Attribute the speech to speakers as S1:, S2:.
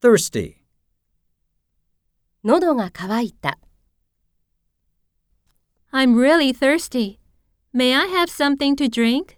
S1: thirsty,
S2: 喉が渇いた。
S3: I'm really thirsty. May I have something to drink?